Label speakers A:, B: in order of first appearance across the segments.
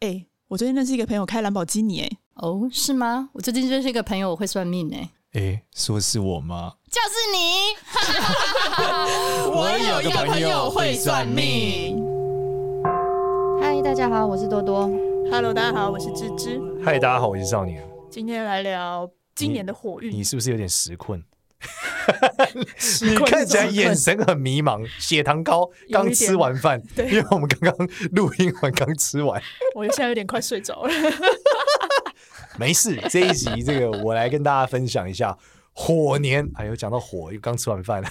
A: 哎、我最近认识一个朋友开兰博基尼、哎，
B: 哦，是吗？我最近认识一个朋友，我会算命哎、
C: 哎、说是我吗？
B: 就是你。
C: 我有个朋友会算命。
D: 嗨，大家好，我是多多。
A: Hello，大家好，我是芝芝，
E: 嗨，大家好，我是少年。
A: 今天来聊今年的火运
C: 你。是不是有点时困？
E: 你看起
C: 时
E: 来
C: 困
E: 眼神很迷茫，血糖高，刚吃完饭，
A: 对
E: 因为我们刚刚录音完，刚吃完，
A: 我现在有点快睡着 了。
E: 没事。这一集这个我来跟大家分享一下火年，哎呦，讲到火，又刚吃完饭，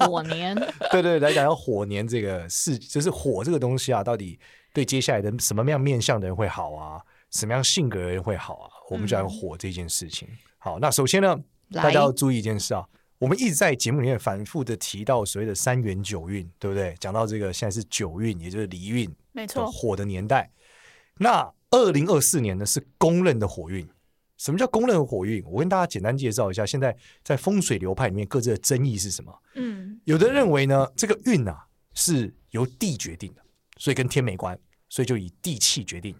B: 火 年，
E: 对对，来讲到火年这个事，就是火这个东西啊，到底对接下来的什么样面向的人会好啊？什么样性格的人会好啊？我们就来火这件事情。好，那首先呢，
D: 来
E: 大家要注意一件事啊，我们一直在节目里面反复的提到所谓的三元九运，对不对？讲到这个现在是九运，也就是离运
A: 没
E: 的
A: 错，
E: 火的年代。那二零二四年呢是公认的火运。什么叫公认的火运？我跟大家简单介绍一下，现在在风水流派里面各自的争议是什么。
A: 嗯，
E: 有的认为呢，这个运啊是由地决定的，所以跟天没关，所以就以地气决定。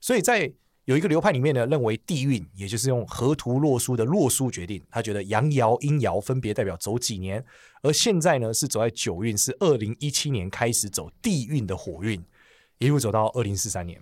E: 所以在有一个流派里面呢，认为地运，也就是用河图洛书的洛书决定。他觉得阳爻、阴爻分别代表走几年，而现在呢是走在九运，是二零一七年开始走地运的火运，一路走到二零四三年。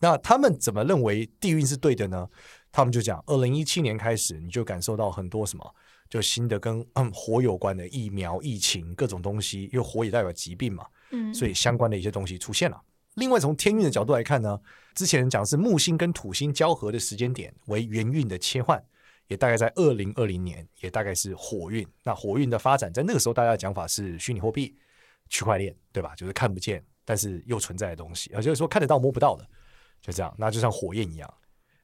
E: 那他们怎么认为地运是对的呢？他们就讲，二零一七年开始，你就感受到很多什么就新的跟 嗯火有关的疫苗、疫情各种东西，因为火也代表疾病嘛，
A: 嗯
E: 所以相关的一些东西出现了。另外，从天运的角度来看呢，之前讲是木星跟土星交合的时间点为元运的切换，也大概在二零二零年，也大概是火运。那火运的发展，在那个时候大家的讲法是虚拟货币、区块链，对吧？就是看不见但是又存在的东西，也就是说看得到摸不到的，就这样。那就像火焰一样，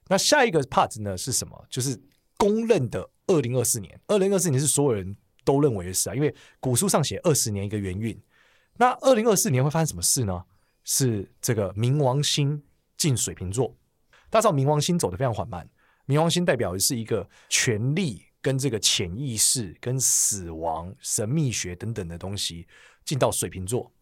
E: 那下一个 part 呢是什么？就是公认的二零二四年，二零二四年是所有人都认为的事啊，因为古书上写二十年一个元运。那二零二四年会发生什么事呢？是这个冥王星进水瓶座，大家知道冥王星走得非常缓慢，冥王星代表的是一个权力跟这个潜意识、跟死亡、神秘学等等的东西进到水瓶座。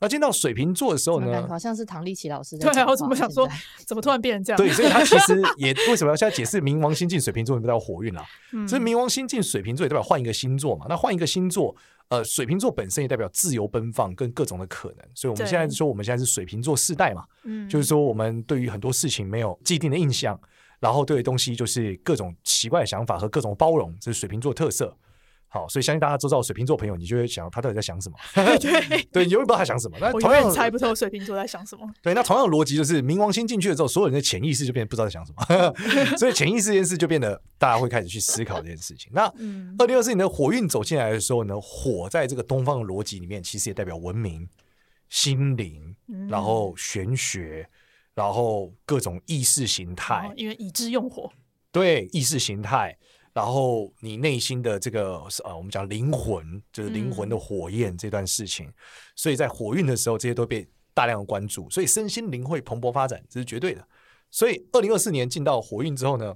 E: 那进到水瓶座的时候
D: 怎么
E: 哦呢
D: 感觉，好像是唐立奇老师在
A: 对
D: 讲
A: 啊，
D: 话
A: 我怎么想说
D: 现在，
A: 怎么突然变成这样？
E: 对，所以他其实也为什么要现在解释冥王星进水瓶座，代表火运啊啦、
A: 嗯
E: 所以冥王星进水瓶座也代表换一个星座嘛。那换一个星座，呃，水瓶座本身也代表自由奔放跟各种的可能。所以我们
A: 对
E: 现在说我们现在是水瓶座世代嘛，
A: 嗯
E: 就是说我们对于很多事情没有既定的印象，然后对东西就是各种奇怪的想法和各种包容，这是水瓶座特色。好，所以相信大家都知道水瓶座朋友，你就会想他到底在想什么？
A: 对，
E: 对，你永远不知道他想什么。那
A: 我
E: 同
A: 永
E: 样
A: 远猜不透水瓶座在想 什么。
E: 对，那同样的逻辑就是冥王星进去了之后，所有人的潜意识就变得不知道在想什么， 所以潜意识这件事就变得大家会开始去思考这件事情。那
A: 嗯
E: 二零二四年的火运走进来的时候呢，火在这个东方的逻辑里面，其实也代表文明、心灵，
A: 嗯
E: 然后玄学，然后各种意识形态
A: 哦，因为已知用火，
E: 对意识形态，然后你内心的这个呃，我们讲灵魂，就是灵魂的火焰这段事情，所以在火运的时候，这些都被大量的关注，所以身心灵会蓬勃发展，这是绝对的。所以二零二四年进到火运之后呢，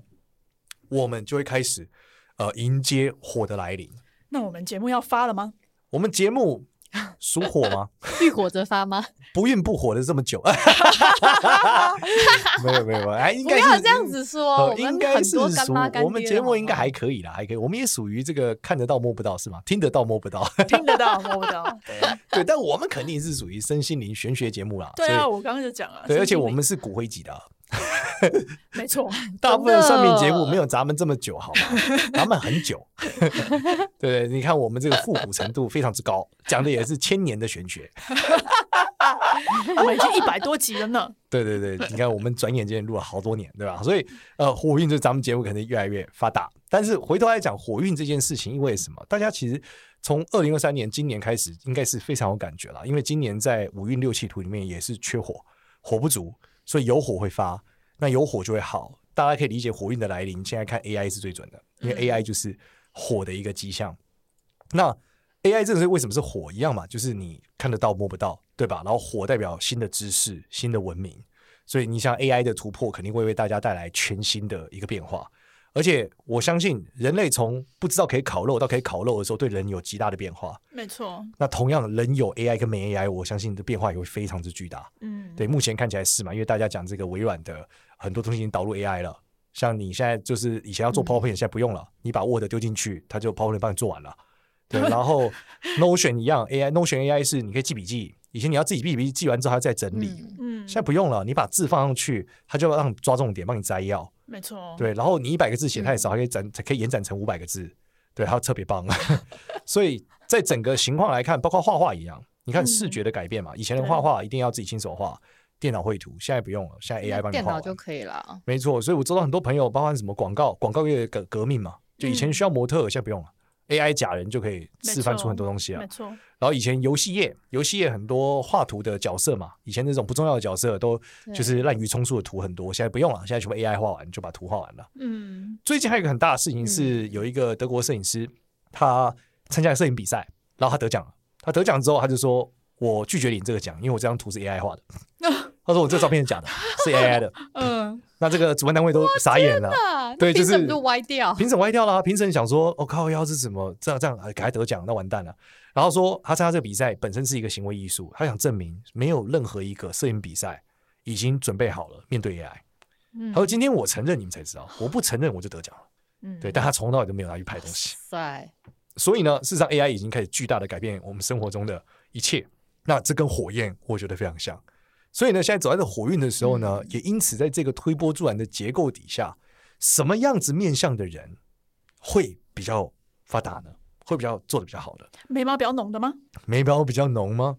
E: 我们就会开始呃迎接火的来临。
A: 那我们节目要发了吗？
E: 我们节目属火 吗？
B: 遇火则发吗？
E: 不孕不火的这 么久，没有没有，没有哎，应
B: 不
E: 该是
B: 要这样子说，
E: 呃
B: 我，
E: 应
B: 们
E: 该
B: 很
E: 是
B: 多干
E: 属
B: 妈干爹。
E: 我们节目应该
B: 好
E: 还可以啦，还可以。我们也属于这个看得到摸不到是吗？听得到摸不到，
A: 听得到摸不到？
E: 对。但我们肯定是属于身心灵玄学节目啦，
A: 对啊，
E: 所以
A: 我刚刚就讲了。
E: 对，
A: 身
E: 而且
A: 心
E: 我
A: 灵
E: 们是骨灰级的啊，
A: 没 错，
E: 大部分算命节目没有咱们这么久，好吗？ 咱们很久，对对，你看我们这个复古程度非常之高，讲的也是千年的玄学，
A: 我们已经一百多集了呢。
E: 对对对，你看我们转眼间录了好多年，对吧？所以呃，火运就是咱们节目可能越来越发达。但是回头来讲火运这件事情，因为什么？大家其实从二零二三年今年开始，应该是非常有感觉了，因为今年在五运六气图里面也是缺火，火不足，所以有火会发，那有火就会好。大家可以理解火运的来临，现在看 AI 是最准的，因为 AI 就是火的一个迹象。那 AI 这个是为什么是火一样嘛？就是你看得到摸不到，对吧？然后火代表新的知识、新的文明，所以你像 AI 的突破，肯定会为大家带来全新的一个变化。而且我相信人类从不知道可以烤肉到可以烤肉的时候，对人有极大的变化。
A: 没错，
E: 那同样，人有 AI 跟没 AI，我相信的变化也会非常之巨大。
A: 嗯，
E: 对，目前看起来是嘛？因为大家讲这个微软的很多东西已经导入 AI 了，像你现在就是以前要做 PowerPoint，、现在不用了，你把 Word 丢进去，它就 PowerPoint 帮你做完了。对，然后 Notion 一样，AI Notion AI 是你可以记笔记，以前你要自己记笔记，记完之后还要再整理，
B: 嗯，
A: 嗯，
E: 现在不用了，你把字放上去，它就让你抓重点，帮你摘要。
A: 没错，，
E: 对，然后你一百个字写太少，还可以展，可以延展成五百个字，对，它特别棒。 所以在整个情况来看，包括画画一样，你看视觉的改变嘛，以前人画画一定要自己亲手画，电脑绘图，现在不用了，现
D: 嗯
E: 在 AI 帮你
B: 电
E: 画
B: 脑
E: 完
B: 就可以了。
E: 没错，所以我周遭很多朋友，包含什么广告，广告业革革命嘛，就以前需要模特，现在不用了。AI 假人就可以示范出很多东西啊
A: 没，错，
E: 然后以前游戏业，游戏业很多画图的角色嘛，以前那种不重要的角色都
B: 对啊
E: 就是滥竽充数的图很多，现在不用了，现在全部 AI 画完就把图画完了。
A: 嗯，
E: 最近还有一个很大的事情是，有一个德国摄影师，他参加摄影比赛，然后他得奖了。他得奖之后，他就说：“我拒绝领这个奖，因为我这张图是 AI 画的。”他说：“我这照片是假的，是 AI 的。
A: 呃
B: 嗯，”
E: 那这个主办单位都傻眼了，
B: 那
E: 对
B: 凭
E: 就
B: 什么
E: 是
B: 就歪掉。
E: 评审歪掉了啊。评审想说：“我、靠，要是怎么这样这样啊给他得奖，那完蛋了。”然后说他参加这个比赛本身是一个行为艺术，他想证明没有任何一个摄影比赛已经准备好了面对 AI。他说：“今天我承认，你们才知道；我不承认，我就得奖了。”
A: 嗯，
E: 对，但他从头到尾都没有拿去拍东西。
B: 塞，
E: 所以呢，事实上 AI 已经开始巨大的改变我们生活中的一切。那这跟火焰，我觉得非常像。所以呢，现在走在这火运的时候
B: 嗯
E: 呢，也因此在这个推波助澜的结构底下，什么样子面向的人会比较发达呢？会比较做的比较好的？
A: 眉毛比较浓的吗？
E: 眉毛比较浓吗？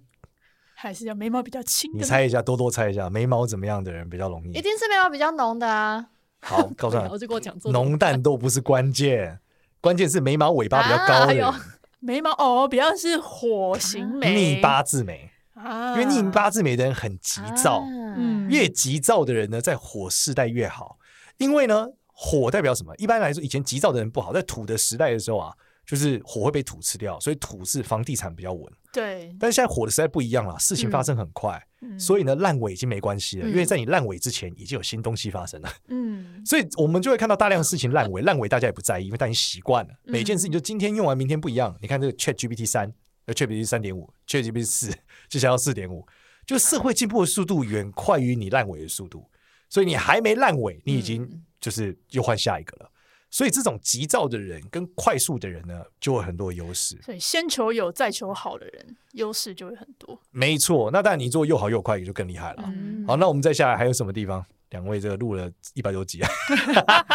A: 还是要眉毛比较轻的？
E: 你，猜一
B: 嗯
E: 下，多多猜一下，眉毛怎么样的人比较容
D: 一
E: 易？
D: 定是眉毛比较浓的啊，
E: 好， 告诉
B: 然后
E: 你，
B: 就跟我讲这种
E: 浓淡都不是关键，关键是眉毛尾巴比较高的人，
B: 啊
A: 眉毛哦，比较是火型眉，
E: 逆八字眉。
A: 啊，
B: 嗯
E: 因为逆八字眉的人很急
B: 啊
E: 躁，
D: 嗯，
A: 嗯，
E: 越急躁的人呢，在火世代越好，因为呢，火代表什么？一般来说，以前急躁的人不好，在土的时代的时候啊，就是火会被土吃掉，所以土是房地产比较稳。
A: 对，嗯
E: 但是现在火的时代不一样了，事情发生很快，所以呢，烂尾已经没关系了，因为在你烂尾之前已经有新东西发生了，
A: 嗯，
E: 所以我们就会看到大量的事情烂尾，烂尾大家也不在意，因为大家已经习惯了，每件事情就今天用完，明天不一样。你看这个 Chat GPT 三、呃 Chat GPT 三点五、Chat GPT 四，接下来四点五，就社会进步的速度远快于你烂尾的速度，所以你还没烂尾，你已经就是又换下一个了。所以这种急躁的人跟快速的人呢，就会很多优势。
A: 所以先求有再求好的人，优势就会很多。
E: 没错，那当然你做又好又快，也就更厉害了。
A: 嗯，
E: 啊好，那我们再下来还有什么地方？两位这个录了一百多集啊，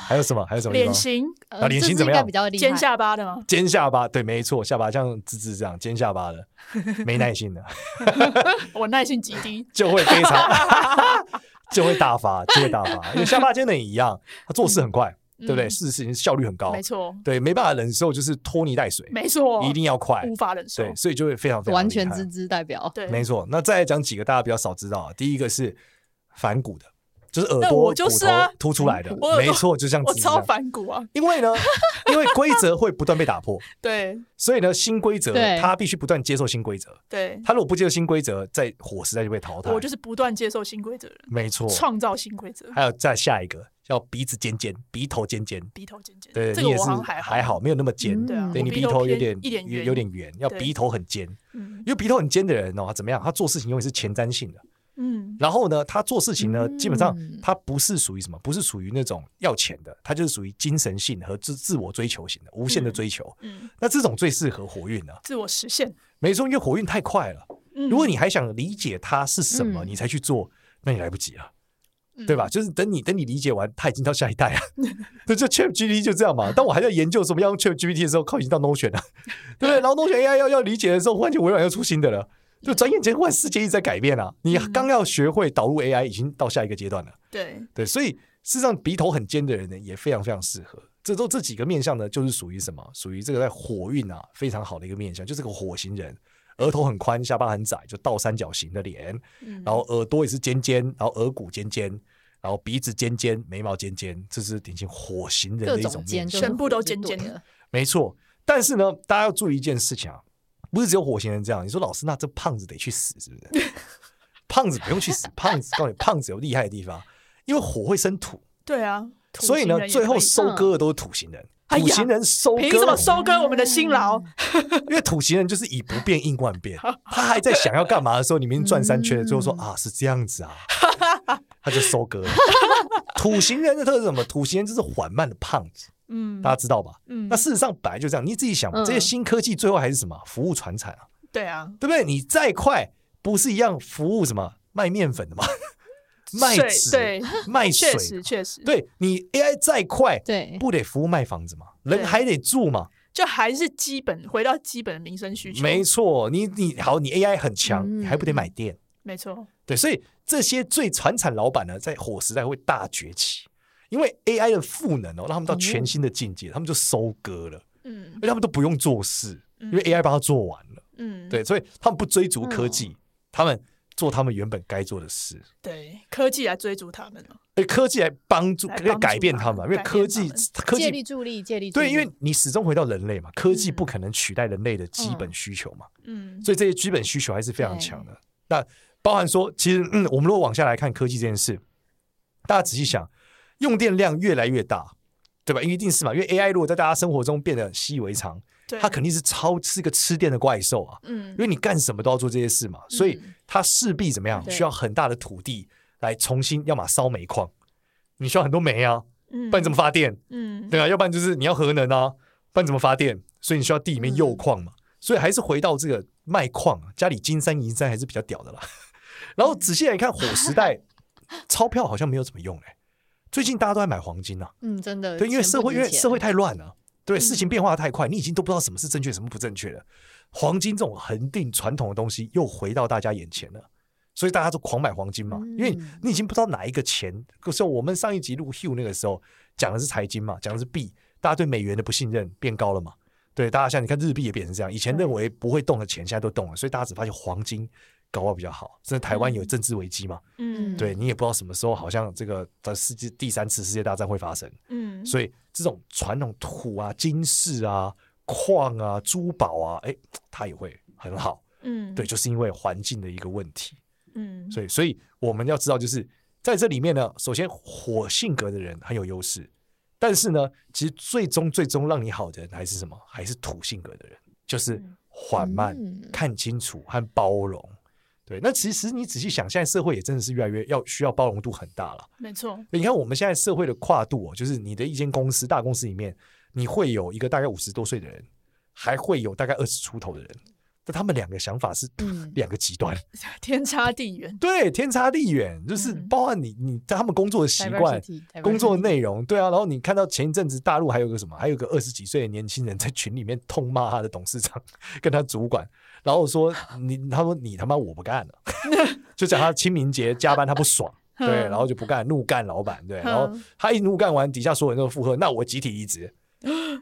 E: 还有什么？还有什么地
A: 脸
E: 方？
A: 型
B: 呃
E: 那脸型
B: 这
E: 怎么
B: 应该
E: 样
B: 比较厉害
A: 尖。下巴的吗？
E: 尖下巴，对，没错，下巴像芝芝这样尖下巴的， 没耐心的
A: 我耐性极低，
E: 就会非常 就会大发，就会大发。因为下巴尖的也一样，他做事很快，对不对？事情效率很高
A: 嗯没，错，
E: 对，没办法忍受就是拖泥带水，
A: 没错，
E: 一定要快，
A: 无法忍受
E: 对，，所以就会非常非常
B: 完
E: 厉
B: 全
E: 害
B: 之之代表，
A: 对，
E: 没错，那再来讲几个大家比较少知道啊。第一个是反骨的，就是耳
A: 那
E: 朵
A: 我就
E: 骨
A: 是
E: 头
A: 啊
E: 凸出来的
A: 我，耳朵
E: 没错，就像
A: 我
E: 指甲
A: 超反骨啊，
E: 因为呢，因为规则会不断被打破，
A: 对
E: 所以呢，新规则
B: 对
E: 他必须不断接受新规则。
A: 对，
E: 他如果不接受新规则，在火时代就被淘汰。
A: 我就是不断接受新规则的人，
E: 没错。
A: 创造新规则，
E: 还有再下一个叫鼻子尖尖，鼻头尖尖。
A: 鼻头尖尖，
E: 对，
A: 这
E: 你
A: 个
E: 也
A: 我
E: 是
A: 好像还
E: 还好，没有那么尖。
B: 嗯
A: 对啊，
E: 对
A: 我
E: 你
A: 鼻
E: 鼻头有
A: 偏
E: 点
A: 一点圆，
E: 有点圆，要
A: 对
E: 鼻头很尖，
A: 嗯
E: 因为鼻头很尖的人哦，他怎么样？他做事情永远是前瞻性的，
A: 嗯
E: 然后呢，他做事情呢，
B: 嗯
E: 基本上他不是属于什么，不是属于那种要钱的，他就是属于精神性和自自我追求型的，无限的追求。
A: 嗯，
E: 那这种最适合火运呢、啊？
A: 自我实现。
E: 没错，因为火运太快了，
A: 嗯
E: 如果你还想理解它是什么，
B: 嗯
E: 你才去做，那你来不及了。对吧？就是等你等你理解完，它已经到下一代了。 对，就 Chat GPT 就这样嘛。当我还在研究什么要用 Chat GPT 的时候，靠，已经到 Notion 了， 对不对？然后 Notion AI 要要理解的时候，忽然间微软又出新的了。就转眼间，忽然世界一直在改变啊！你刚要学会导入 AI，已经到下一个阶段了。
A: 对，
E: 对，所以事实上鼻头很尖的人呢，也非常非常适合。这都这几个面相呢，就是属于什么？属于这个在火运啊非常好的一个面相，就是个火型人，额头很宽，下巴很窄，就倒三角形的脸，
A: 嗯
E: 然后耳朵也是尖尖，然后耳骨尖尖，然后鼻子尖尖，眉毛尖尖，这是典型火型人
B: 各
E: 的一种
B: 种尖
E: 面
B: 就
E: 相
B: 是。
A: 全部都
B: 就
A: 尖尖
B: 对
A: 的
B: 了，
E: 没错，但是呢，大家要注意一件事情啊，不是只有火星人这样。你说老师，那这胖子得去死是不是？ 胖子不用去死，胖子告诉你，胖子有厉害的地方，因为火会生土，
A: 对啊，土
E: 所以呢
A: 星人，也
E: 最后
A: 可以嗯
E: 收割的都是土行人。
A: 哎呀
E: 土行人收割，
A: 凭什么收割我们的辛劳？
E: 因为土行人就是以不变应万 变，他还在想要干嘛的时候，你明明转三圈了，最
A: 嗯
E: 后说啊是这样子啊，他就收割了。 土行人的特质是什么？土行人就是缓慢的胖子，
A: 嗯
E: 大家知道吧？
A: 嗯
E: 那，事实上本来就这样，你自己想嘛，
B: 嗯
E: 这些新科技最后还是什么服务传产啊，
A: 对啊，
E: 对不对？你再快，不是一样服务什么卖面粉的吗？ 卖
A: 水
E: 纸、
A: 对
E: 卖水
A: 确
E: 的，
A: 实确实，
E: 对你 AI 再快，
B: 对，
E: 不得服务卖房子嘛？
A: 对
E: 人还得住嘛？
A: 就还是基本回到基本的民生需求，
E: 没错，你你好，你 AI 很强，
B: 嗯
E: 你还不得买电？
A: 没错，
E: 对，所以这些最传产老板呢，在火时代会大崛起，因为 AI 的赋能哦，让他们到全新的境界，他们就收割了，
A: 嗯
E: 而且他们都不用做事，
A: 嗯
E: 因为 AI 帮他做完了。
A: 嗯，
E: 对，所以他们不追逐科技，他们做他们原本该做的事。
A: 对，科技来追逐他们了，
E: 而科技来帮助，
A: 来
E: 可
A: 帮助
E: 以改变他们嘛，因为
A: 他们
E: 科技
A: 改变
E: 科
B: 借力
E: 技
B: 助力，借力助力。
E: 对，因为你始终回到人类嘛，科技
A: 嗯
E: 不可能取代人类的基本
B: 嗯
E: 需求嘛。
A: 嗯，
E: 所以这些基本需求还是非常强的。那包含说，其实嗯，我们如果往下来看科技这件事，大家仔细想，用电量越来越大，对吧？因为一定是嘛，因为 AI 如果在大家生活中变得习以为常，
A: 对
E: 它肯定是超是个吃电的怪兽啊。
A: 嗯
E: 因为你干什么都要做这些事嘛，所以它势必怎么样，
B: 对
E: 需要很大的土地来重新，要么烧煤矿，你需要很多煤啊，
A: 嗯
E: 不然你怎么发电？
A: 嗯
E: 对啊，要不然就是你要核能啊，不然怎么发电？所以你需要地里面铀矿嘛，所以还是回到这个卖矿啊，家里金山银山还是比较屌的啦。 然后仔细来看火时代，钞票好像没有怎么用嘞、最近大家都在买黄金啊，
B: 嗯，真
D: 呃
B: 的，
E: 对，因为
B: 钱
E: 社
B: 不
E: 会
B: 值
E: 因为
B: 钱
E: 社会太乱了、对，
A: 嗯
E: 事情变化太快，你已经都不知道什么是正确，什么不正确了。黄金这种恒定传统的东西又回到大家眼前了，所以大家都狂买黄金嘛，因为
B: 嗯
E: 你已经不知道哪一个钱。就是我们上一集录 Hugh 那个时候讲的是财经嘛，讲的是币，大家对美元的不信任变高了嘛。对，大家像你看日币也变成这样，以前认为不会动的钱，现在都动了，所以大家只发现黄金搞不好比较好。甚至台湾有政治危机嘛，
A: 嗯
E: 对你也不知道什么时候，好像这个的世界第三次世界大战会发生。
A: 嗯，
E: 所以这种传统土啊、金饰啊、矿啊、珠宝啊，哎，它也会很好。
A: 嗯
E: 对，，就是因为环境的一个问题，
A: 嗯
E: 所以所以我们要知道，就是在这里面呢，首先火性格的人很有优势，但是呢，其实最终最终让你好的人还是什么？还是土性格的人，就是缓慢、
B: 嗯
E: 看清楚和包容。对，那其实你仔细想，现在社会也真的是越来越要需要包容度很大了。
A: 没错，
E: 你看我们现在社会的跨度哦，就是你的一间公司、大公司里面，你会有一个大概五十多岁的人，还会有大概二十出头的人，那他们两个想法是
B: 嗯
E: 两个极端，
A: 天差地远，
E: 对，天差地远，就是
A: 嗯
E: 包含你你他们工作的习惯。
B: ，diversity，嗯
E: 工作
B: diversity
E: 内容对啊，然后你看到前一阵子大陆还有个什么，还有个二十几岁的年轻人在群里面痛骂他的董事长跟他主管，然后说你他说你他妈我不干了， 就讲他清明节加班他不爽，对，
A: 嗯
E: 然后就不干怒干老板，对，
A: 嗯
E: 然后他一怒干完，底下所有人都附和，那我集体 离职，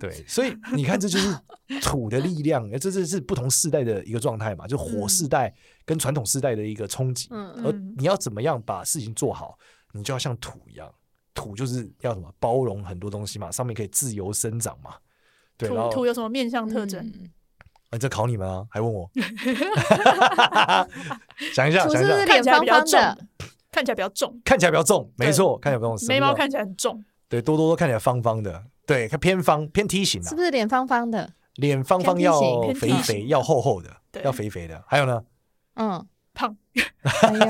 E: 对，所以你看这就是土的力量， 哎这这是不同世代的一个状态嘛，就火世代跟传统世代的一个冲击，
B: 嗯
E: 而
A: 嗯
E: 你要怎么样把事情做好，你就要像土一样，土就是要什么包容很多东西嘛，上面可以自由生长嘛。对，然
A: 土
E: 后
A: 土有什么面相特征？
B: 嗯
E: 啊，这考你们啊，还 问我， 想一下，
B: 土
E: 想
B: 是
E: 一
B: 不是
E: 下，
A: 看
B: 脸
A: 起来
B: 方
A: 比较
B: 方
A: 重
B: 的？，
A: 看起来比较重，
E: 看起来比较重，没错，看起来比较重，啊
A: 眉毛
E: 什么叫
A: 看起来很重，
E: 对多多都看起来方方的，对，看偏方偏梯形啊
B: 是，不是脸方方的？
E: 脸方方
B: 偏梯
E: 要
B: 形
A: 偏
E: 肥
A: 梯
E: 肥
A: 形
E: 要厚厚的，
A: 对
E: 要肥肥的，还有呢，
B: 嗯，
A: 胖，
D: 哎呦，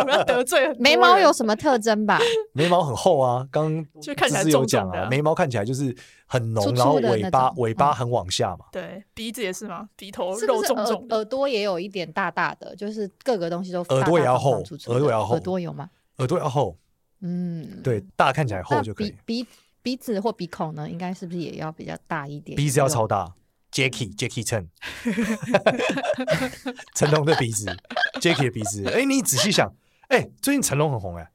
A: 我们要得罪 很多人
D: 眉毛有什么特征 吧？
E: 眉毛很厚啊，刚刚
A: 就看起来
E: 芝芝有
A: 重重
E: 讲
A: 的
E: 啊，
A: 啊
E: 眉毛看起来就是很浓，
D: 粗粗
E: 然后
D: 的
E: 尾
D: 那
E: 巴
D: 种
E: 尾巴很往下嘛。
A: 对鼻子也是吗？鼻头
B: 是不
A: 肉
B: 是呃
A: 重
B: 耳
A: 重的，
B: 耳朵也有一点大大的，就是各个东西都
E: 耳朵也要
D: 大大方
E: 厚
D: 方粗粗的
E: 耳朵也要厚
D: 耳朵有吗？
E: 耳朵要厚，
D: 嗯，
E: 对，大看起来厚
D: 那
E: 就可以
D: 鼻。鼻鼻子或鼻孔呢，应该是不是也要比较大一点？
E: 鼻子要超大，Jacky Jacky Chen，成龙的鼻子，Jacky 的鼻子。哎，你仔细想，哎，最近成龙很红哎，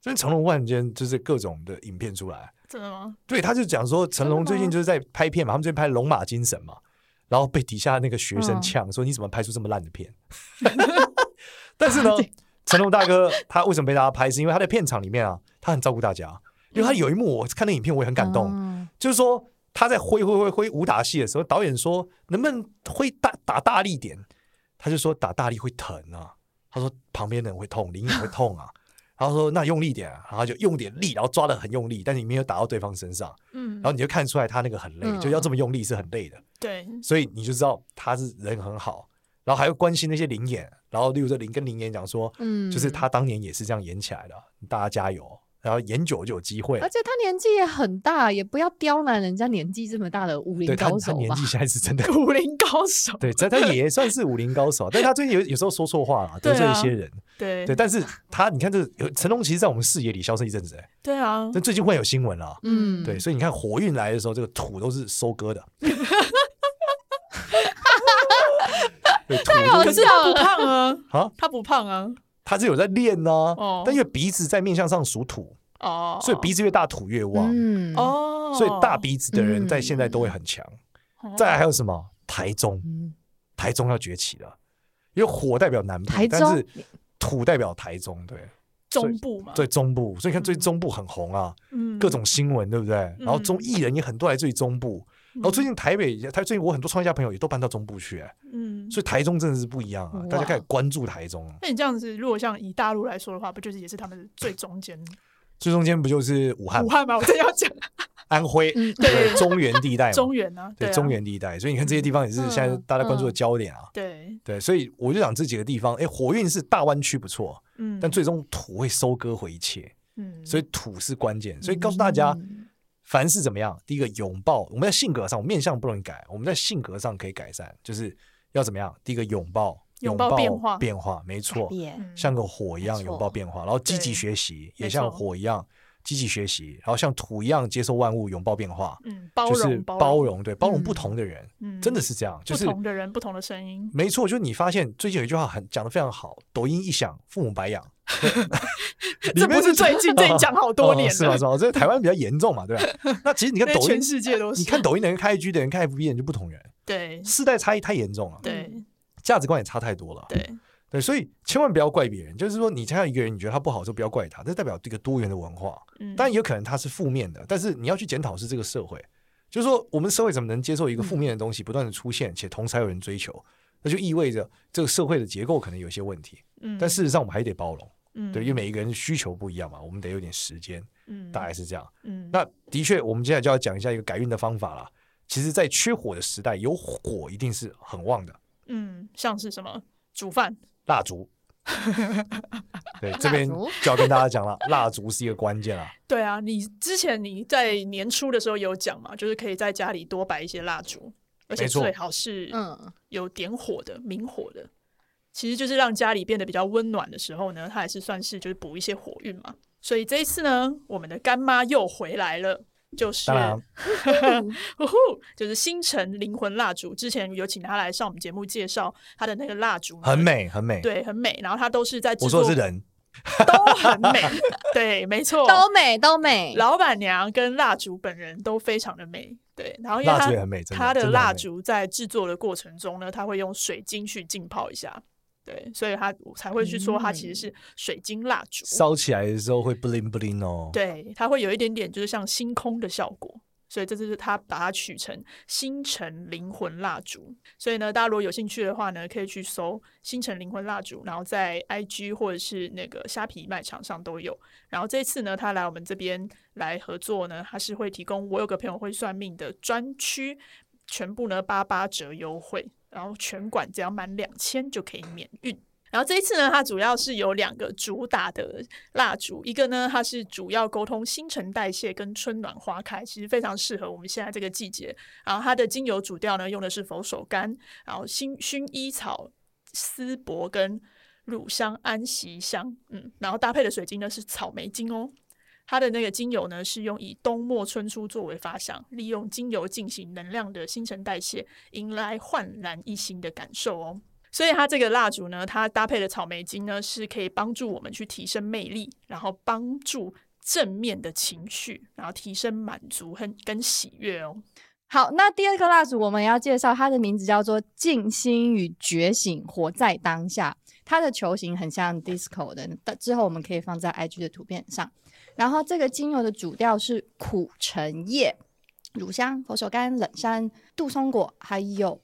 E: 最近成龙忽然间就是各种的影片出来，
A: 真的吗？
E: 对，他就讲说成龙最近就是在拍片嘛，他们最近拍《龙马精神》嘛，然后被底下那个学生呛说你怎么拍出这么烂的片？ 但是呢，成龙大哥他为什么被大家拍？是因为他在片场里面啊，他很照顾大家，因为他有一幕我看那影片我也很感动，
D: 嗯
B: 哦
E: 就是说他在挥挥挥挥武打戏的时候，导演说能不能挥大打大力点？他就说打大力会疼啊，他说旁边的人会痛，灵隐会痛啊。然后说那用力一点、啊，然后就用点力，然后抓的很用力，但你没有打到对方身上，
A: 嗯
E: 然后你就看出来他那个很累，
B: 嗯
E: 就要这么用力是很累的，
A: 对，
E: 所以你就知道他是人很好，然后还会关心那些灵眼，然后例如说林跟灵眼讲说，
B: 嗯，
E: 就是，他当年也是这样演起来的，大家加油，然后演久就有机会
B: 而，且他年纪也很大，也不要刁难人家年纪这么大的武林
E: 对他
B: 高
E: 他
B: 手
E: 年
B: 吧
E: 纪。现在是真的
A: 武林高手，
E: 对，他他也算是武林高手，但是他最近有有时候说错话了，
A: 对
E: 得
A: 啊
E: 罪一些人。
A: 对
E: 对，但是他你看这有成龙，其实在我们视野里消失一阵子，哎，
A: 对啊，
E: 但最近忽然有新闻了。
B: 嗯，
E: 对，，所以你看火运来的时候，这个土都是收割的。 对，土都
B: 哦
A: 可是他不胖 啊，
E: 啊，
A: 他不胖啊，
E: 他是有在练呢、
A: 哦
E: 但因为鼻子在面相上属土，
A: 哦，
E: 所以鼻子越大土越旺，
B: 嗯，哦
A: 哦，
E: 所以大鼻子的人在现在都会很强。
A: 哦
E: 再来还有什么？台中，
B: 嗯，
E: 台中要崛起了，因为火代表南部，
B: 台中哦
E: 但是土代表台中，对，
A: 中部嘛，
E: 最中部，所以你看
B: 嗯
E: 最中部很红啊，
A: 嗯
E: 各种新闻对不对？然后
B: 嗯
E: 中艺人也很多来自于中部，
A: 嗯
E: 然哦后最近台北，台最近我很多创业家朋友也都搬到中部去、哎
A: 嗯，
E: 所以台中真的是不一样啊
B: 哇，
E: 大家开始关注台中，啊
A: 那你这样子，如果像以大陆来说的话，不就是也是他们最中间
E: 最中间不就是武汉
A: 武、汉吗？我正要 讲
E: 安徽
B: 嗯
E: 对中原地带嘛，
A: 中原啊，
E: 哎对
A: 啊嗯
E: 中，原地带，所以你看这些地方也是现在大家关注的焦点啊。
A: 对，
E: 对，所以我就讲这几个地方，哎，火运是大湾区不错，
A: 嗯，
E: 但最终土会收割回一切。
A: 嗯，
E: 所以土是关键。所以告诉大家，
B: 嗯
E: 凡事怎么样？第一个拥抱，我们在性格上，我们面相不能改，我们在性格上可以改善，就是要怎么样？第一个拥抱，
A: 拥抱变化
E: 变化，没错，
D: 变
A: 嗯
E: 像个火一样
D: 没错
E: 拥抱变化，然后积极
A: 对
E: 学习，也
A: 没
E: 像
A: 错
E: 火一样积极学习，然后像土一样接受万物，拥抱变化，
A: 嗯，包
E: 就是
A: 容
E: 包，容，对，包容
B: 嗯
E: 不同的人，
A: 嗯
E: 真的是这样，就
A: 不
E: 是。
A: 同的人，不同的声音，
E: 没错，就是你发现最近有一句话很讲的非常好，抖音一响，父母白养。
A: 这不是最近，这你讲好多年
E: 哦是吧？
A: 了
E: 是，吧？这台湾比较严重嘛，对吧？那其实你看
A: 那
E: 抖音
A: 全，世界都是，
E: 你看嗯抖音的人开 IG 的人开 FB 的人就不同人，
A: 对
E: 世代差异太严重了，
A: 对
E: 价值观也差太多了。
A: 对，
E: 对，所以千万不要怪别人，就是说你看到一个人，你觉得他不好的时候，不要怪他，这代表一个多元的文化。
A: 嗯，
E: 当然也有可能他是负面的，但是你要去检讨是这个社会，就是说我们社会怎么能接受一个负面的东
A: 嗯
E: 西不断的出现，且同时还有人追求，那就意味着这个社会的结构可能有一些问题。
A: 嗯
E: 但事实上我们还得包容，
A: 嗯
E: 对，因为每一个人需求不一样嘛，我们得有点时间，
A: 嗯
E: 大概是这样。
A: 嗯
E: 那的确，我们接下来就要讲一下一个改运的方法啦。其实，在缺火的时代，有火一定是很旺的，
A: 嗯，像是什么煮饭，
E: 蜡 烛。对，这边
D: 蜡烛
E: 就要跟大家讲 了，蜡烛是一个关键啦。
A: 对啊，你之前你在年初的时候有讲嘛，就是可以在家里多摆一些蜡烛，而且
E: 没错
A: 最好是
D: 嗯，
A: 有点火的、明火的，其实就是让家里变得比较温暖的时候呢，它也是算是就是补一些火运嘛。所以这一次呢，我们的干妈又回来了，就是
E: 当然，
A: 呼呼，就是星辰灵魂蜡烛。之前有请她来上我们节目介绍她的那个蜡烛，
E: 很，美，很美。
A: 对，很美。然后她都是在制
E: 我说
A: 作
E: 的是人，
A: 都很美， 对，没错，
D: 都美都美，
A: 老板娘跟蜡烛本人都非常的美，对。然后因为
E: 蜡
A: 它
E: 烛也很美，真的。
A: 它的
E: 真
A: 蜡
E: 很美，
A: 烛在制作的过程中呢，它会用水晶去浸泡一下，对，所以它我才会去说它其实
E: 嗯
A: 是水晶蜡烛，
E: 烧起来的时候会 bling bling 哦。，
A: 对，它会有一点点就是像星空的效果。所以这就是它把它取成星辰灵魂蜡烛。所以呢，大家如果有兴趣的话呢，可以去搜星辰灵魂蜡烛，然后在 IG 或者是那个虾皮卖场上都有。然后这一次呢，他来我们这边来合作呢，他是会提供我有个朋友会算命的专区，全部呢八八折优惠，然后全馆只要满两千就可以免运。然后这一次呢，它主要是有两个主打的蜡烛，一个呢它是主要沟通新陈代谢跟春暖花开，其实非常适合我们现在这个季节。然后它的精油主调呢用的是佛手柑，然后薰薰衣草、丝柏跟乳香、安息香，嗯，然后搭配的水晶呢是草莓精哦。它的那个精油呢，是用以冬末春初作为发想，利用精油进行能量的新陈代谢，迎来焕然一新的感受哦。所以它这个蜡烛呢，它搭配的草莓精呢，是可以帮助我们去提升魅力，然后帮助正面的情绪，然后提升满足和跟喜悦哦。
D: 好，那第二个蜡烛我们要介绍，它的名字叫做《静心与觉醒》，活在当下。它的球形很像 disco 的，但之后我们可以放在 IG 的图片上。然后这个精油的主调是苦橙叶、乳香、佛手柑、冷杉、杜松果，还有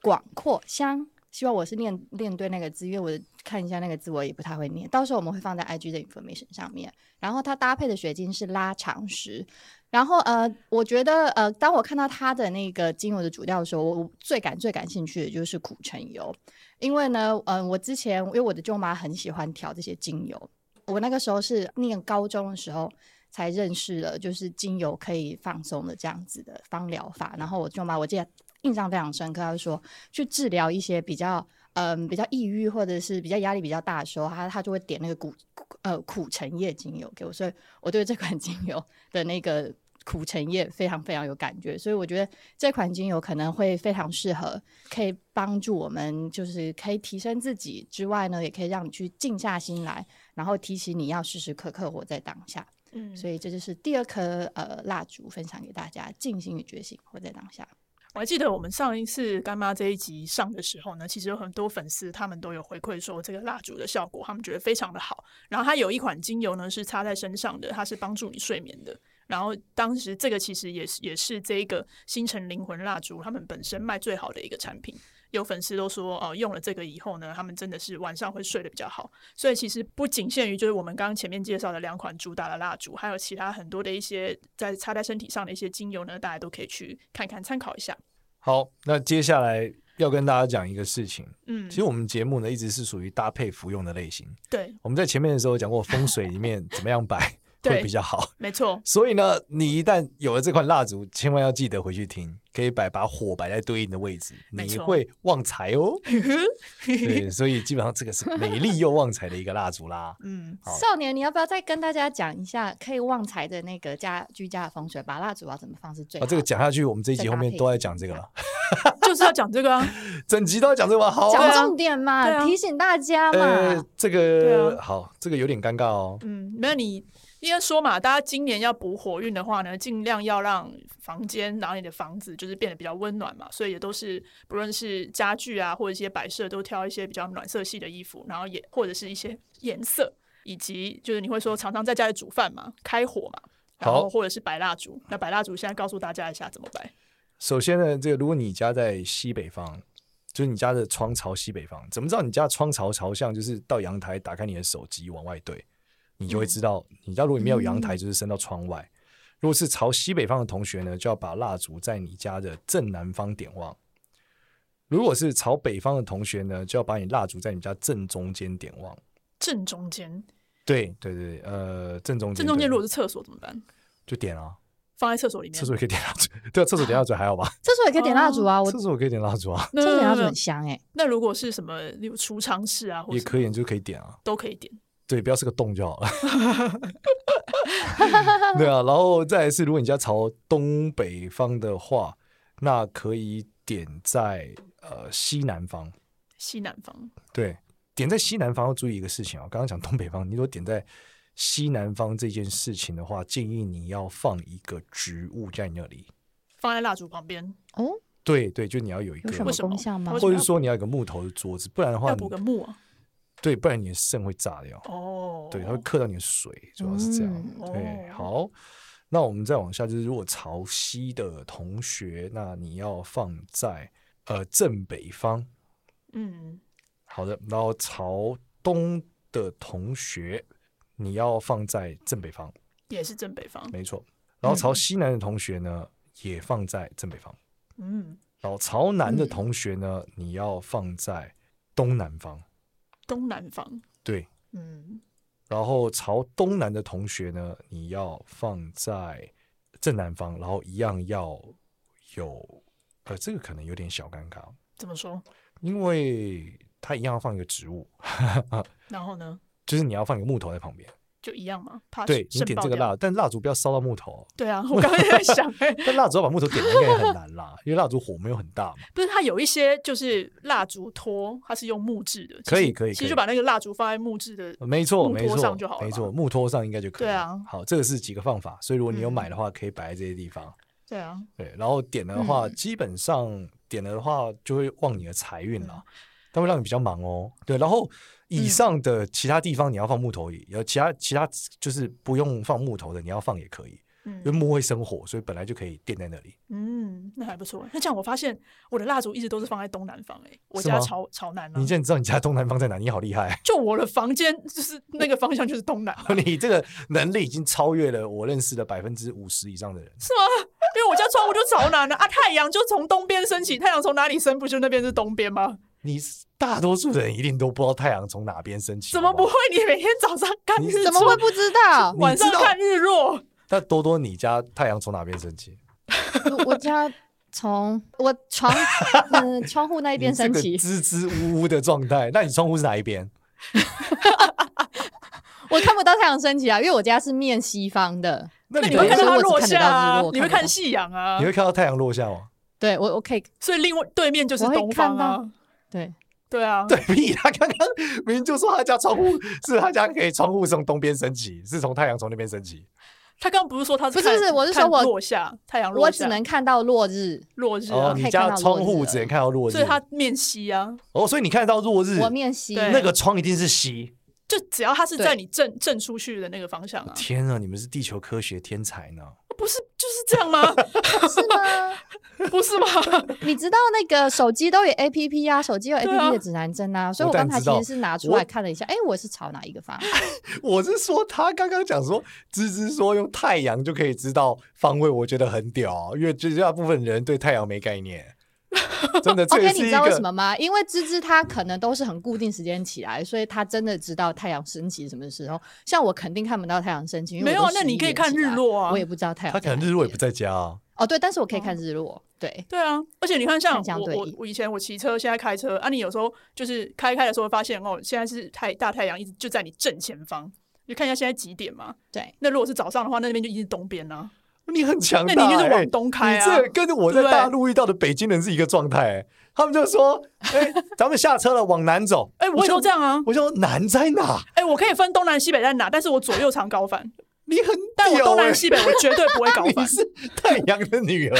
D: 广阔香。希望我是念念对那个字，因为我的看一下那个字，我也不太会念。到时候我们会放在 IG 的 information 上面。然后它搭配的水晶是拉长石。然后呃，我觉得呃，当我看到它的那个精油的主调的时候，我我最感最感兴趣的就是苦橙油，因为呢，嗯、我之前因为我的舅妈很喜欢调这些精油，我那个时候是念高中的时候才认识了，就是精油可以放松的这样子的芳疗法。然后我舅妈我记得印象非常深刻，她就说去治疗一些比较嗯比较抑郁或者是比较压力比较大的时候，她她就会点那个苦呃苦橙叶精油给我，所以我对这款精油的那个苦橙叶非常非常有感觉，所以我觉得这款精油可能会非常适合，可以帮助我们就是可以提升自己之外呢，也可以让你去静下心来，然后提醒你要时时刻刻活在当下。
A: 嗯，
D: 所以这就是第二颗呃蜡烛分享给大家，静心与觉醒，活在当下。
A: 我还记得我们上一次干妈这一集上的时候呢，其实有很多粉丝他们都有回馈说这个蜡烛的效果，他们觉得非常的好。然后它有一款精油呢是擦在身上的，它是帮助你睡眠的。然后当时这个其实也是也是这一个星辰灵魂蜡烛他们本身卖最好的一个产品。有粉丝都说，哦、用了这个以后呢，他们真的是晚上会睡得比较好。所以其实不仅限于就是我们刚刚前面介绍的两款主打的蜡烛，还有其他很多的一些在擦在身体上的一些精油呢，大家都可以去看看参考一下。
E: 好，那接下来要跟大家讲一个事情。
A: 嗯，
E: 其实我们节目呢一直是属于搭配服用的类型。
A: 对
E: 我们在前面的时候讲过，风水里面怎么样摆会
A: 对
E: 比较好。
A: 没错，
E: 所以呢，你一旦有了这款蜡烛，千万要记得回去听，可以摆把火摆在对应的位置，
A: 没
E: 你
A: 错
E: 会旺财哦。对，所以基本上这个是美丽又旺财的一个蜡烛啦。
A: 嗯，
E: 好
D: 少年，你要不要再跟大家讲一下可以旺财的那个家居家的风水，把蜡烛要怎么放是最好
E: 啊，
D: 的？
E: 这个讲下去，我们这一集
D: 再
E: 后
D: 搭
E: 面
D: 配
E: 都在讲这个了，
A: 就是要讲这个啊，
E: 整集都要讲这个吗？好啊，
D: 讲重点嘛，
A: 对啊
D: 提醒大家嘛。
E: 呃，这
A: 对
E: 个、
A: 啊
E: 好，这个有点尴尬哦。
A: 嗯，没有你应该说嘛，大家今年要补火运的话呢，尽量要让房间，然后你的房子就是变得比较温暖嘛，所以也都是不论是家具啊，或者一些摆设，都挑一些比较暖色系的衣服，然后也或者是一些颜色，以及就是你会说常常在家里煮饭嘛，开火嘛。然
E: 好
A: 后或者是摆蜡烛，那摆蜡烛现在告诉大家一下怎么摆。
E: 首先呢，这个如果你家在西北方，就是你家的窗朝西北方，怎么知道你家窗朝朝向？就是到阳台打开你的手机往外对，你就会知道。
A: 嗯
E: 你家如果没有阳台，就是伸到窗外。如果是朝西北方的同学呢，就要把蜡烛在你家的正南方点旺；如果是朝北方的同学呢，就要把你蜡烛在你家正中间点旺。
A: 正中间，
E: 对对对，呃，正中间
A: 正中间
E: 对
A: 如果是厕所怎么办？
E: 就点啊，
A: 放在厕所里面。
E: 厕所也可以点蜡烛，对啊，厕所点蜡烛还好吧？
D: 厕所也可以点蜡烛
A: 哦
D: 啊，我
E: 厕所可以点蜡烛啊，
A: 那
D: 厕所点蜡
A: 那
D: 烛
A: 那
D: 很香哎、
A: 那如果是什么，例如储藏室啊，或
E: 也
A: 什么
E: 可以，你就可以点啊。
A: 都可以点。
E: 对，不要是个洞就好了。对啊，然后再来是，如果你家朝东北方的话，那可以点在呃西南方。
A: 西南方，
E: 对，点在西南方要注意一个事情哦。刚刚讲东北方，你如果点在西南方这件事情的话，建议你要放一个植物在你那里。
A: 放在蜡烛旁边，
D: 哦，
E: 对对，就你要有一
D: 有
E: 个
D: 什，么
A: 为什么
D: 功效吗
A: 为？什
E: 或
A: 么
E: 者是说你要有一个木头的桌子，不然的话
A: 要补
E: 你
A: 个木啊。
E: 对，不然你的肾会炸掉。
A: 哦，
E: 对，它会刻到你的水，主要是这样。
A: 嗯
E: 对，
A: 哦
E: 好，那我们再往下，就是如果潮汐的同学，那你要放在呃正北方。
A: 嗯，
E: 好的，然后朝东的同学，你要放在正北方，
A: 也是正北方。
E: 没错。然后朝西南的同学呢，也放在正北方。
A: 嗯，
E: 然后朝南的同学呢，你要放在东南方。
A: 东南方。
E: 对，
A: 嗯，
E: 然后朝东南的同学呢，你要放在正南方，然后一样要有，呃，这个可能有点小尴尬，
A: 怎么说？
E: 因为它一样要放一个植物，
A: 然后呢，
E: 就是你要放一个木头在旁边，
A: 就一样嘛，怕
E: 对你
A: 渗
E: 点
A: 啊爆
E: 这个
A: 掉
E: 蜡，但蜡烛不要烧到木头哦，
A: 对啊，我刚刚也在 想，哎
E: 但蜡烛要把木头点燃应该也很难啦，因为蜡烛火没有很大嘛，
A: 不是它有一些就是蜡烛托，它是用木质的，其实
E: 可以可以
A: 其
E: 可以
A: 实
E: 嗯
A: 就把那个蜡烛放在木质的，
E: 没错
A: 木
E: 没
A: 托
E: 错
A: 上就好了吧
E: 没错，木托上应该就可以，
A: 对啊
E: 好，这个是几个方法，所以如果你有
A: 嗯
E: 买的话，可以摆在这些地方。
A: 对啊，
E: 对，然后点的话，
A: 嗯
E: 基本上点了的话就会旺你的财
A: 嗯
E: 运啦，它会让你比较忙哦。对，然后以上的其他地方你要放木头也，有其他其他就是不用放木头的，你要放也可以，
A: 嗯
E: 因为木会生火，所以本来就可以垫在那里。
A: 嗯，那还不错。那这样我发现我的蜡烛一直都是放在东南方、欸，哎，我
E: 是
A: 家
E: 吗
A: 朝朝南啊
E: 你，现在知道你家东南方在哪？你好 厉害！
A: 就我的房间就是那个方向就是东南啊、
E: 你这个能力已经超越了我认识的百分之五十以上的人。
A: 是吗？因为我家窗户就朝南的啊，太阳就从东边升起，太阳从哪里升？不就那边是东边吗？
E: 你大多数人一定都不知道太阳从哪边升起，
A: 怎么
E: 好不
A: 不
E: 好
A: 会？你每天早上看
E: 你
A: 日
B: 怎么会不知道？
A: 晚上
E: 你知道
A: 看日落？
E: 那多多，你家太阳从哪边升起？
D: 我我家从我床嗯、窗户那一
E: 那
D: 边升起，
E: 支支吾吾的状态。那你窗户是哪一边？
D: 我看不到太阳升起啊，因为我家是面西方的。
E: 那
A: 那
E: 你
A: 你
E: 的
A: 会看到
D: 所
A: 它
D: 以我只
A: 落
D: 看得
A: 下
D: 到
A: 啊
D: 日落，
A: 你会
D: 看不到
A: 看夕阳啊
E: 你，会看到太阳落下吗？
D: 对我我可以
A: 所以另外对面就是
D: 我会
A: 东方
D: 看
A: 啊，
D: 对
A: 对啊，
E: 对比他刚刚明明就说他家窗户是他家可以窗户从东边升起，是从太阳从那边升起。
A: 他刚刚不是说他
D: 不是
A: 看
D: 不是我是
A: 看
D: 说我
A: 落下太阳落
D: 我
A: 下，
D: 只能看到落日，
A: 落日
E: 哦
A: 啊，，
E: 你
D: 可以
E: 家
D: 看到
E: 窗
D: 落
E: 户
D: 日
E: 只能看到落日，
A: 所以它面西啊，
E: 哦，所以你看得到落日，
D: 我面西。
A: 对
E: 那个窗一定是西。
A: 就只要它是
D: 对
A: 在你正正出去的那个方向啊，
E: 天啊，你们是地球科学天才呢！
A: 不是就是这样吗？
D: 是 吗？
A: 不是吗？
D: 你知道那个手机都有 A P P 啊，手机有 A
A: 对
D: P
A: 啊
D: P 的指南针啊，所以
E: 我
D: 我
E: 当
D: 刚才
E: 知
D: 其
E: 道
D: 实是拿出来
E: 我
D: 看了一下，哎，我是朝哪一个方？
E: 我是说，他刚刚讲说，芝芝说用太阳就可以知道方位，我觉得很屌啊，因为绝大部分人对太阳没概念。真 的，这也
D: OK，
E: 是
D: 哦你
E: 一
D: 知道为什
E: 个
D: 么吗？因为芝芝她可能都是很固定时间起来，所以她真的知道太阳升起什么时候。像我肯定看不到太阳升起，因为
A: 没有
D: 我
A: 啊
D: 都
A: 那你
D: 11
A: 可以
D: 点
A: 看
D: 起
A: 日
D: 来
A: 落啊
D: 我也不知道太阳
E: 他
D: 在哪边。
E: 可能日落也不在家啊。
D: 哦，对，但是我可以看日落，对，
A: 对啊，而且你看，像
D: 看相
A: 我
D: 对
A: 我
D: 应
A: 我以前我骑车，现在开车啊，你有时候就是开一开的时候发现哦，现在是太大太阳一直就在你正前方，你就看一下现在几点嘛。
D: 对，
A: 那如果是早上的话，那边就一定是东边啊。
E: 你很强大、欸，
A: 那你就是往东开啊
E: 你这跟我在大陆遇到的北京人是一个状态、欸。他们就说：“哎、咱们下车了，往南走。
A: 哎、我也都这样啊。
E: 我就说：“南在哪？
A: 哎、我可以分东南西北在哪，但是我左右常高反，
E: 你很
A: 但我
E: 屌
A: 东
E: 欸
A: 南西北我绝对不会高
E: 你
A: 反。
E: 是太阳的 女儿。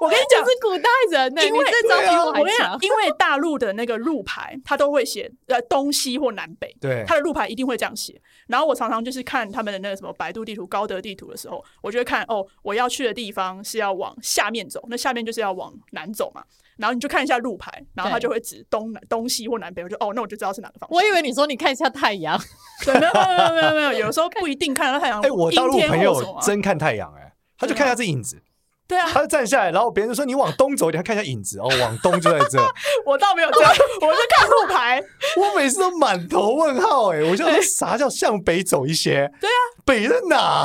A: 我跟你讲，
D: 是古代人呢、
A: 因为
D: 这
E: 招比
A: 我欸跟你讲，。因为大陆的那个路牌，它都会写呃东西或南北，
E: 对
A: 它的路牌一定会这样写。然后我常常就是看他们的那个什么百度地图、高德地图的时候，我就会看哦，我要去的地方是要往下面走，那下面就是要往南走嘛。然后你就看一下路牌，然后它
D: 对
A: 就会指东南、东西或南北，我就哦，那我就知道是哪个方向。
D: 我以为你说你看一下太阳，
A: 对，没有没有没有没有没 有，有时候不一定看得到太阳。
E: 哎、我大陆
A: 阴天
E: 朋
A: 或什么
E: 友
A: 啊
E: 真看太阳，哎，他就看一下这影子，
A: 对啊，
E: 他就站下来，然后别人就说：“你往东走一点，他看一下影子。”哦，往东就在这。
A: 我倒没有这样，我是看路牌。
E: 我每次都满头问号，哎，我就说啥叫向北走一些？对啊，北在哪？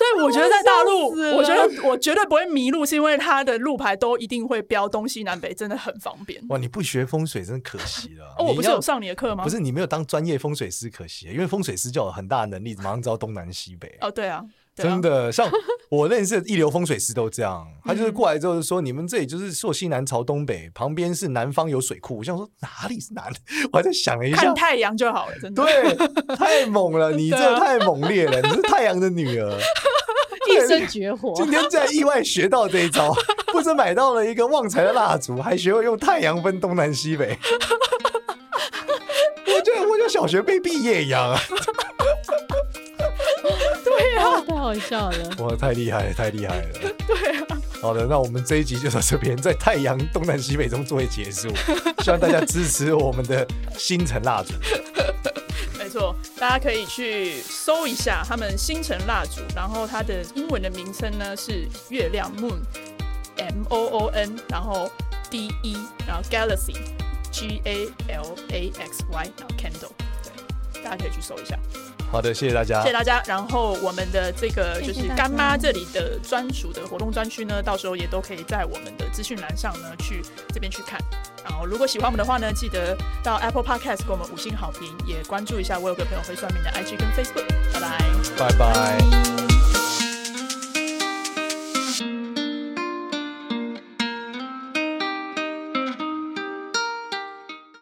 A: 所以我觉得在大陆，
D: 笑死 了
A: 我觉得我绝对不会迷路，是因为它的路牌都一定会标东西南北，真的很方便。
E: 哇，你不学风水真的可惜了。
A: 哦，我不
E: 你
A: 是
E: 要
A: 有上你的课吗？
E: 不，是你没有当专业风水师可惜，因为风水师就有很大的能力，马上知道东南西北。
A: 哦，对啊，对啊嗯
E: 真，的，像我认识的一流风水师都这样，他就是过来之后就说：“你们这里就是朔西南朝东北，旁边是南方有水库。”我想说哪里是南？我还在想了一下
A: 看，太阳就好了，真的。
E: 对，太猛了，你
A: 对
E: 这
A: 啊
E: 太猛烈了，你是太阳的女儿。
A: 啊
D: 一生绝活。
E: 今天竟然意外学到这一招，不止买到了一个旺财的蜡烛，还学会用太阳分东南西北。我觉得我就小学被毕业一样啊！
A: 啊
D: 哦太好笑了。
E: 哇，太厉害了，太厉害了。对啊。好的，那我们这一集就到这边，在太阳东南西北中作为结束。希望大家支持我们的星辰蜡烛。
A: 没错，大家可以去搜一下他们星辰蜡烛，然后它的英文的名称呢是月亮 Moon M O O N，然后 D E，然后 Galaxy G A L A X Y，然后 Candle，对，大家可以去搜一下。
E: 好的，谢谢大家
A: 谢谢。大家。然后我们的这个就
D: 谢谢
A: 是
D: 大家
A: 干妈这里的专属的活动专区呢，到时候也都可以在我们的资讯栏上呢去这边去看。然后如果喜欢我们的话呢，记得到 Apple Podcast 给我们五星好评，也关注一下我有个朋友会算命的 IG 跟 Facebook。拜拜。
E: 拜拜。